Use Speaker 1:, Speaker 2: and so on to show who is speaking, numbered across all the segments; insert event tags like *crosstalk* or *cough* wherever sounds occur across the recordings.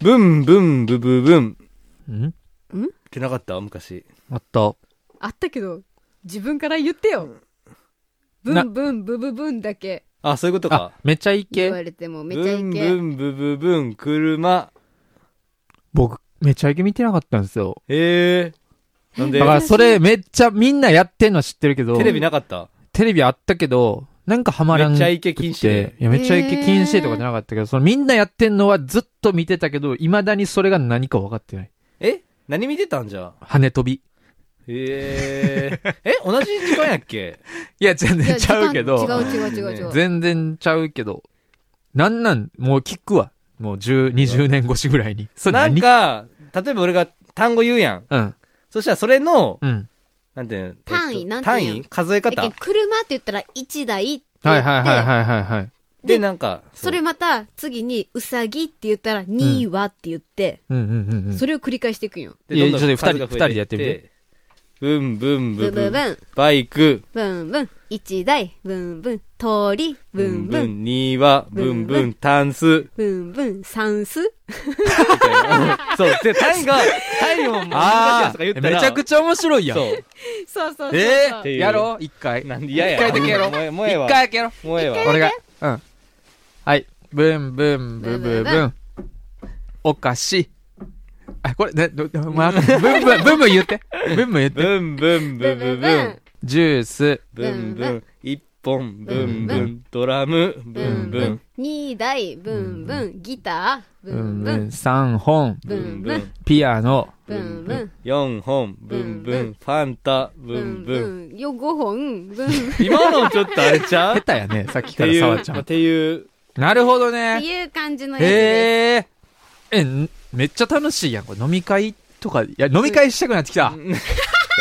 Speaker 1: ブンブンブブブン。
Speaker 2: ん
Speaker 1: ってなかった昔。
Speaker 2: あった。
Speaker 3: あったけど、自分から言ってよ。ブ
Speaker 2: な
Speaker 3: ンブンブブブンだけ
Speaker 1: あ、そういうこと
Speaker 2: あ
Speaker 1: か。、
Speaker 2: めちゃイ
Speaker 3: 言わ
Speaker 2: ケ。
Speaker 3: れてもめちゃ
Speaker 1: ブ
Speaker 3: い
Speaker 1: ン
Speaker 3: け。
Speaker 1: ブンブブブン、車。
Speaker 2: 僕、めちゃイケ見てなかったんですよ。
Speaker 1: ええ。なんで
Speaker 2: だからそれめっちゃみんなやってんのは知ってるけど、
Speaker 1: テレビなかった
Speaker 2: テレビあったけど、なんかハマらん
Speaker 1: めっ
Speaker 2: く
Speaker 1: ちゃ
Speaker 2: て。
Speaker 1: イケ禁止で
Speaker 2: いや、めちゃイケ禁止とかじゃなかったけど、そのみんなやってんのはずっと見てたけど、未だにそれが何か分かってない。
Speaker 1: え何見てたんじゃ
Speaker 2: 羽飛び。
Speaker 1: え
Speaker 2: *laughs*
Speaker 1: え。え同じ時間やっけ
Speaker 2: いや、全
Speaker 3: いや
Speaker 2: 然ちゃうけ
Speaker 3: 時
Speaker 2: ど、
Speaker 3: 間違う違う違う違う。
Speaker 2: 全然ちゃうけど、なんなん、もう聞くわ。もう10、20年越しぐらいに。それ
Speaker 1: な
Speaker 2: 何
Speaker 1: んか、例えば俺が単語言うやん。
Speaker 2: うん、
Speaker 1: そしたらそれの、
Speaker 2: うん。
Speaker 1: なんていうの
Speaker 3: 単位
Speaker 1: えっと
Speaker 3: なんて
Speaker 1: 単
Speaker 3: いうんや
Speaker 1: 位数え
Speaker 3: だけ
Speaker 1: 方
Speaker 3: ど車って言ったら1台って言っ
Speaker 2: は
Speaker 3: て
Speaker 2: いはいはいはいはいはい。
Speaker 1: で、なんか、
Speaker 3: それまた次にうさぎって言ったら2はって言って、
Speaker 2: うんうんうんうん。
Speaker 3: それを繰り返していくんよ。
Speaker 1: で
Speaker 2: いや
Speaker 1: どんどん
Speaker 2: ちょっと二人
Speaker 1: 数が増
Speaker 2: 二人でやってみて
Speaker 1: えい。ブンブン
Speaker 3: ブ
Speaker 1: ブ
Speaker 3: ン
Speaker 1: ンブン
Speaker 3: ブンブ。ン、
Speaker 1: バイク。
Speaker 3: ブンブン、1台、ブンブン、鳥、ブンブン、。
Speaker 1: 庭。ブンブン。タンス。
Speaker 3: ブンブン、算数。
Speaker 1: みたいなそう。で、単位が、単位も難しいやつとか言ったら。
Speaker 2: めちゃくちゃ面白いやん。
Speaker 1: そう。
Speaker 3: そうそうそうそう。
Speaker 2: え
Speaker 1: て
Speaker 2: ー、
Speaker 1: いう
Speaker 2: やろう一回。
Speaker 1: なんで嫌や。
Speaker 2: 一回だけやろ
Speaker 1: もうえも
Speaker 2: 一
Speaker 1: うええわ。
Speaker 2: 回だけやろう。
Speaker 1: もうええわ。
Speaker 2: お願い。うん。はい。ブンブンブンブンブン。お菓子。あ、これ、ね、ど、ど、まあ、ブンブン、ブンブン言って。ブンブン言って。
Speaker 1: ブンブンブンブンブン。
Speaker 2: ジュース。
Speaker 1: ブンブ
Speaker 3: ブン
Speaker 1: ン。一本。ブンブ
Speaker 3: ブ
Speaker 1: ン。ドラム。ブ
Speaker 3: ブン
Speaker 1: ン
Speaker 3: ブ
Speaker 1: ブ
Speaker 3: ン
Speaker 1: ン。、
Speaker 3: 2台、ブンブン、ギター、ブ
Speaker 2: ブン
Speaker 3: ン
Speaker 2: ブ
Speaker 3: ブ
Speaker 2: ン
Speaker 3: ン、
Speaker 2: 三本。
Speaker 3: ブンブン、
Speaker 2: ピアノ。
Speaker 3: ブンブン、
Speaker 1: 四本。ブンブ
Speaker 3: ブン
Speaker 1: ン。ファンタ。
Speaker 3: ブ
Speaker 1: ブ
Speaker 3: ン
Speaker 1: ン
Speaker 3: ブ
Speaker 1: ブン。
Speaker 3: ン、よ、5本、ブンブン。っ
Speaker 1: 今のちょっとあれちゃう
Speaker 2: *laughs* 下
Speaker 1: っ
Speaker 2: 手やね、さっきか
Speaker 1: て
Speaker 2: ら
Speaker 1: い
Speaker 2: さわ
Speaker 1: う、
Speaker 2: ちゃん
Speaker 1: っ。ていう。
Speaker 2: なるほど
Speaker 3: て
Speaker 2: ね。
Speaker 3: いう感じのやつで
Speaker 2: へえ。え、んめっちゃ楽しいやん。これ飲み会とか、いや、飲み会したくなってきた。
Speaker 1: やれ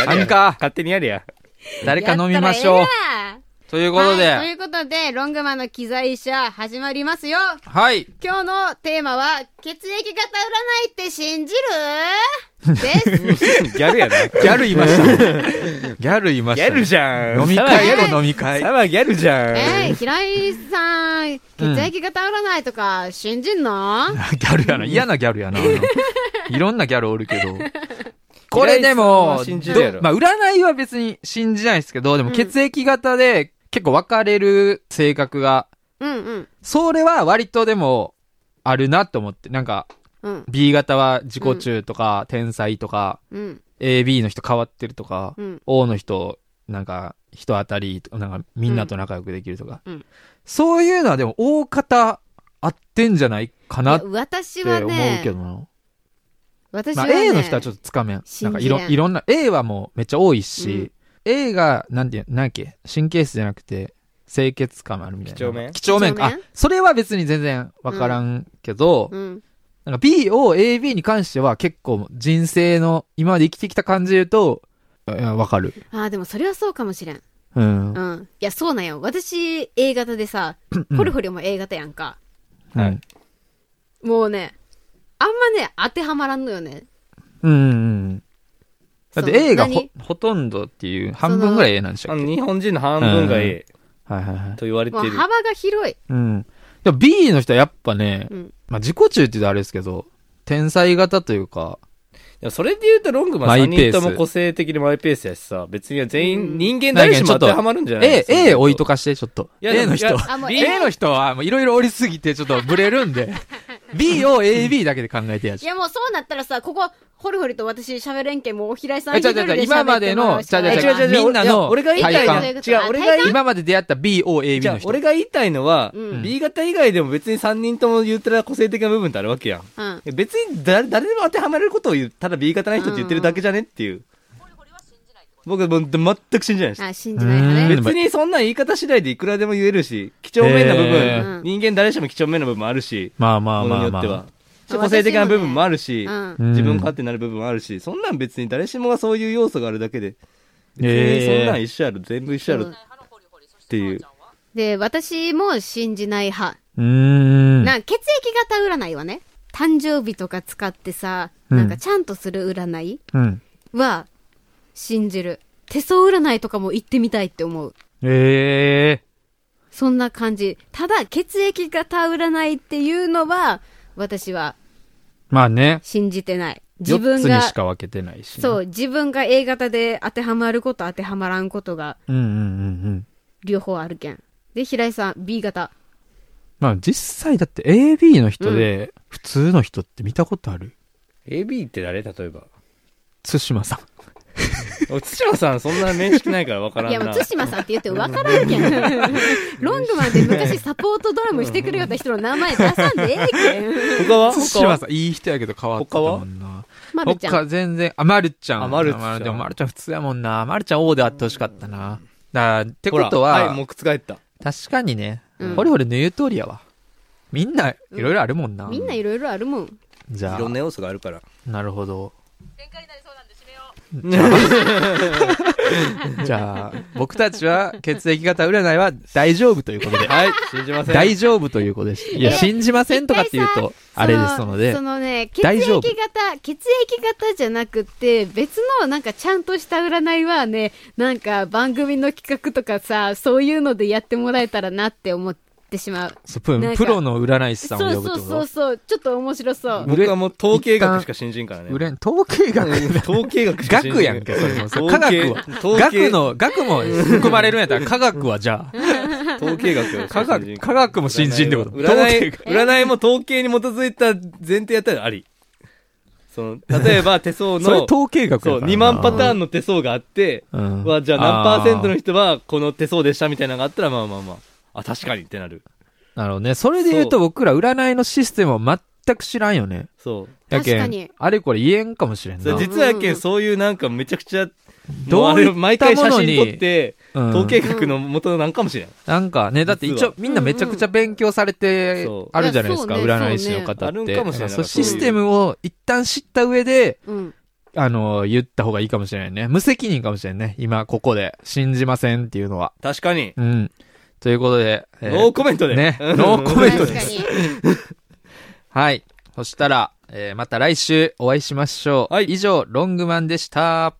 Speaker 1: や
Speaker 2: あんか
Speaker 1: 勝手にやれや。
Speaker 2: 誰
Speaker 3: す。
Speaker 2: か飲みまし
Speaker 3: や
Speaker 2: ょう
Speaker 3: っ。たらええわ
Speaker 2: ということ
Speaker 3: はい、とい
Speaker 2: で、
Speaker 3: うことで、ロングマンの機材医者始まりますよ。
Speaker 2: はい。
Speaker 3: 今日のテーマは、血液型占いって信じるです。
Speaker 1: *laughs* ギャルやな。
Speaker 2: ギャルいました。ギャルいま
Speaker 1: ギ
Speaker 2: した
Speaker 1: ャ
Speaker 2: ね。
Speaker 1: ルじゃん。
Speaker 2: 飲み
Speaker 3: ギャル
Speaker 2: 会と飲み会。
Speaker 1: サマギャルじゃん。 *laughs*
Speaker 3: えー、平井さん、血液型占いとか信じんの、
Speaker 2: ギャルやな。嫌なギャルやな。あのいろんなギャルおるけど。これでも
Speaker 1: 平井さんは、信じるやろ
Speaker 2: どまあ、占いは別に信じないですけど、でも
Speaker 3: うん
Speaker 2: 血液型で結構分かれる性格が、
Speaker 3: うんうん。
Speaker 2: それは割とでも、あるなと思って。なんか、
Speaker 3: うん、
Speaker 2: B 型は自己中とか、天才とか、
Speaker 3: うん、
Speaker 2: AB の人変わってるとか、
Speaker 3: うん。
Speaker 2: O の人、なんか、人当たりとか、なんか、みんなと仲良くできるとか。
Speaker 3: うんうん
Speaker 2: そういうのはでも、大方、合ってんじゃないか
Speaker 3: い
Speaker 2: なっ
Speaker 3: や
Speaker 2: て
Speaker 3: 私は
Speaker 2: 思うけ
Speaker 3: ね、
Speaker 2: どな。
Speaker 3: 私
Speaker 2: ま
Speaker 3: は
Speaker 2: あ、
Speaker 3: ね、
Speaker 2: A の人はちょっとつかめん。な
Speaker 3: 信
Speaker 2: んかい
Speaker 3: じれん
Speaker 2: ろ、いろんな、A はもうめっちゃ多いし、A が、なんて、なんやっけ、神経質じゃなくて、清潔感あるみたいな。
Speaker 1: 几帳面
Speaker 2: 几帳面か。
Speaker 3: 几帳
Speaker 2: あ、それは別に全然わからんけど、
Speaker 3: うん、
Speaker 2: なんか B を AB に関しては結構人生の、今まで生きてきた感じで言うと、いやわかる。
Speaker 3: ああ、でもそれはそうかもしれん。
Speaker 2: うん。
Speaker 3: うん。いや、そうなんよ。私、A 型でさ、ホリホリも A 型やんか。
Speaker 2: うん
Speaker 1: はい
Speaker 3: もうね、あんまね、当てはまらんのよね。
Speaker 2: うんうんうん。だって
Speaker 3: その
Speaker 2: A がほ
Speaker 3: 何
Speaker 2: ほとんどっていう、半分ぐらい A なんでしょ
Speaker 1: あ
Speaker 2: っ
Speaker 1: の
Speaker 2: け
Speaker 1: 日本人の半分がええ
Speaker 2: はいはいはい。
Speaker 1: と言われて
Speaker 3: もう
Speaker 1: る。
Speaker 3: 幅が広い。
Speaker 2: うん。でも B の人はやっぱね、
Speaker 3: うん
Speaker 2: まあ自己中って言うとあれですけど、天才型というか、
Speaker 1: でもそれで言うとロングマ
Speaker 2: マ
Speaker 1: ン
Speaker 2: イ
Speaker 1: 3
Speaker 2: ペース
Speaker 1: 人とも個性的でマイペースやしさ、別に全
Speaker 3: うん
Speaker 1: 員人間誰しも当てはまるんじゃない
Speaker 2: A、A 置いと
Speaker 1: か。
Speaker 2: かして、ちょっと。
Speaker 1: いやで
Speaker 2: A
Speaker 1: も
Speaker 2: の人
Speaker 1: いや
Speaker 3: あもう
Speaker 1: B
Speaker 2: A の人はもういろいろおりすぎてちょっとブレる
Speaker 1: *laughs*
Speaker 2: んで、B を AB だけで考えてや
Speaker 3: い
Speaker 2: し。
Speaker 3: やもうそうなったらさ、ここ、ホリホリと私喋れんけん、もう平井さん
Speaker 2: えちょちょちょ
Speaker 3: 一人
Speaker 2: 今までの
Speaker 3: 喋ってもらうし
Speaker 2: ち
Speaker 3: か
Speaker 2: ょ
Speaker 3: ない
Speaker 2: ちょちょみんなの
Speaker 1: 俺が言いたい
Speaker 3: 体
Speaker 1: の。
Speaker 3: 感
Speaker 1: 違う、俺が言い
Speaker 2: 今まで出会った B を
Speaker 1: じ
Speaker 2: AB
Speaker 1: ゃ
Speaker 2: の
Speaker 1: あ
Speaker 2: 人。
Speaker 1: 俺が言いたいのは、
Speaker 3: うん
Speaker 1: B 型以外でも別に3人とも言ったら個性的な部分ってあるわけやん。
Speaker 3: うん。
Speaker 1: 別に誰誰でも当てはまれることを言う、ただ B 型の人って言ってるだけじゃねっていう。僕もう全く信じないです。
Speaker 3: あ、信じない派
Speaker 2: う
Speaker 3: ね。
Speaker 2: ん
Speaker 1: 別にそんな言い方次第でいくらでも言えるし、几帳面な部分、
Speaker 2: へ
Speaker 3: ー
Speaker 1: 人間誰しも几帳面な部分もあるし、
Speaker 2: まあまあ
Speaker 1: もの
Speaker 2: ま
Speaker 1: に
Speaker 2: あ
Speaker 1: よ
Speaker 2: ま
Speaker 1: っては
Speaker 2: あ。。
Speaker 3: まあ
Speaker 1: 個性的な部分もあるし、
Speaker 3: うん。
Speaker 2: うん
Speaker 1: 自分勝手になる部分もあるし、そんなん別に誰しもがそういう要素があるだけで、別にそんなん一緒やろ、全部一緒やろっていう。
Speaker 3: で、私も信じない派。
Speaker 2: うーん。
Speaker 3: なんか血液型占いはね、誕生日とか使ってさ、
Speaker 2: うん
Speaker 3: なんかちゃんとする占い
Speaker 2: うん。
Speaker 3: は、信じる。手相占いとかも行ってみたいって思う。
Speaker 2: ええ
Speaker 3: そんな感じ。ただ、血液型占いっていうのは、私は、
Speaker 2: まあね。
Speaker 3: 信じてない。自
Speaker 2: 4
Speaker 3: 分
Speaker 2: つに
Speaker 3: が、
Speaker 2: しか分けてないしね。
Speaker 3: そう、自分が A 型で当てはまること当てはまらんことが
Speaker 2: うんうんうんうん。
Speaker 3: 両方あるけん。で、平井さん、B 型。
Speaker 2: まあ実際だって AB の人で、普通の人って見たことある
Speaker 1: AB って誰例えば。
Speaker 2: 対馬
Speaker 3: *laughs*
Speaker 2: さん。
Speaker 1: お津島さんそんな面識ないからわからん
Speaker 3: い
Speaker 1: な。
Speaker 3: や、もう、対馬さんって言って分から
Speaker 1: *laughs*
Speaker 3: んけん。ロングマンで昔サポートドラムしてくれよった人の名前出さんでええけ
Speaker 1: *laughs*
Speaker 3: ん。
Speaker 1: 他は
Speaker 2: 対
Speaker 1: 他
Speaker 2: 馬
Speaker 1: は
Speaker 2: さん、いい人やけど変わってたもんな。
Speaker 3: まるちゃん。
Speaker 2: 他全然、あ、まるちゃん。
Speaker 1: あまるちゃん
Speaker 2: でもまるちゃん普通やもんな。まるちゃん O であってほしかったな。だからって
Speaker 1: ほ
Speaker 2: こ
Speaker 1: ら
Speaker 2: とは、
Speaker 1: はい、もう覆った。
Speaker 2: 確かにね、
Speaker 3: うん
Speaker 2: ホリホリの言う通りやわ。みんな、いろいろあるもんな。
Speaker 3: みんないろいろあるもん。
Speaker 2: じゃ
Speaker 1: いろん
Speaker 2: あ、
Speaker 1: な要素があるから。
Speaker 2: なるほど。じゃあ、 *laughs* 僕たちは血液型占いは大丈夫ということで。
Speaker 1: はい、信じません。
Speaker 2: *laughs* 大丈夫ということです。いや、
Speaker 3: え
Speaker 2: 信じませんとかって言う
Speaker 3: 一
Speaker 2: と
Speaker 3: 回、さ
Speaker 2: あれですので
Speaker 3: そ。のね、血
Speaker 2: 大
Speaker 3: 液
Speaker 2: 丈夫
Speaker 3: 型、血液型じゃなくて、別のなんかちゃんとした占いはね、なんか番組の企画とかさ、そういうのでやってもらえたらなって思ってしまう。
Speaker 2: そうプ
Speaker 3: なん
Speaker 2: ン
Speaker 3: か
Speaker 2: プロの占い師
Speaker 3: そ
Speaker 2: さ
Speaker 3: うん
Speaker 2: を呼ぶ
Speaker 3: そう
Speaker 2: と
Speaker 3: そうそう、ちょっと面白そう。
Speaker 1: 僕はもう統計学しか信じんからね。
Speaker 2: 売れん、統計学。
Speaker 1: 統計学しか信じ
Speaker 2: 学
Speaker 1: ん
Speaker 2: やんけ、それも。そう科
Speaker 1: 統計
Speaker 2: 学は。
Speaker 1: 統計
Speaker 2: 学の、学も含まれるんやったら、科学は
Speaker 1: *laughs*
Speaker 2: じゃあ、
Speaker 1: 統計学を
Speaker 2: 科学、科学も信じんってこと。
Speaker 1: 占い
Speaker 2: 統計学
Speaker 1: 占いも統計に基づいた前提やったらありその例え
Speaker 2: *laughs*
Speaker 1: ば手相
Speaker 2: それ
Speaker 1: の
Speaker 2: 統計学や
Speaker 1: そう
Speaker 2: からな
Speaker 1: 2万パターンの手相があって、
Speaker 2: うん
Speaker 1: はじゃあ何
Speaker 2: あー
Speaker 1: パーセントの人はこの手相でしたみたいなのがあったらまあまあまああ確かにってなる
Speaker 2: なるほどね。それで言うと
Speaker 1: そ
Speaker 2: 僕ら占いのシステムを全く知らんよね。
Speaker 1: そう
Speaker 2: やけん
Speaker 3: 確かに
Speaker 2: あれこれ言えんかもしれん
Speaker 1: そ
Speaker 2: な
Speaker 1: れ。実はやけんそういうなんかめちゃくちゃ
Speaker 2: どういった
Speaker 1: もあれ毎回写
Speaker 2: ものに
Speaker 1: 真撮って
Speaker 2: うん
Speaker 1: 統計学の元なんかもしれん、
Speaker 2: なんかね、だって一
Speaker 1: 実
Speaker 2: 応
Speaker 1: は
Speaker 2: みんなめちゃくちゃ勉強されて
Speaker 1: そう
Speaker 2: あるじゃないですか、
Speaker 3: いやそうね
Speaker 2: 占い師の方
Speaker 1: そ
Speaker 2: って。
Speaker 1: うねあるんかもしれない
Speaker 2: そうシステムを一旦知った上で、
Speaker 3: うん。
Speaker 2: あの、言った方がいいかもしれないね。無責任かもしれないね。今、ここで。信じませんっていうのは。
Speaker 1: 確かに、
Speaker 2: うん。ということで。えー
Speaker 1: ノーコメントで
Speaker 2: ね
Speaker 1: うん
Speaker 2: ノーコメント
Speaker 3: 確
Speaker 2: で
Speaker 3: か
Speaker 2: す
Speaker 3: に。
Speaker 2: はい。そしたら、えーまた来週お会いしましょう。
Speaker 1: はい
Speaker 2: 以上、ロングマンでした。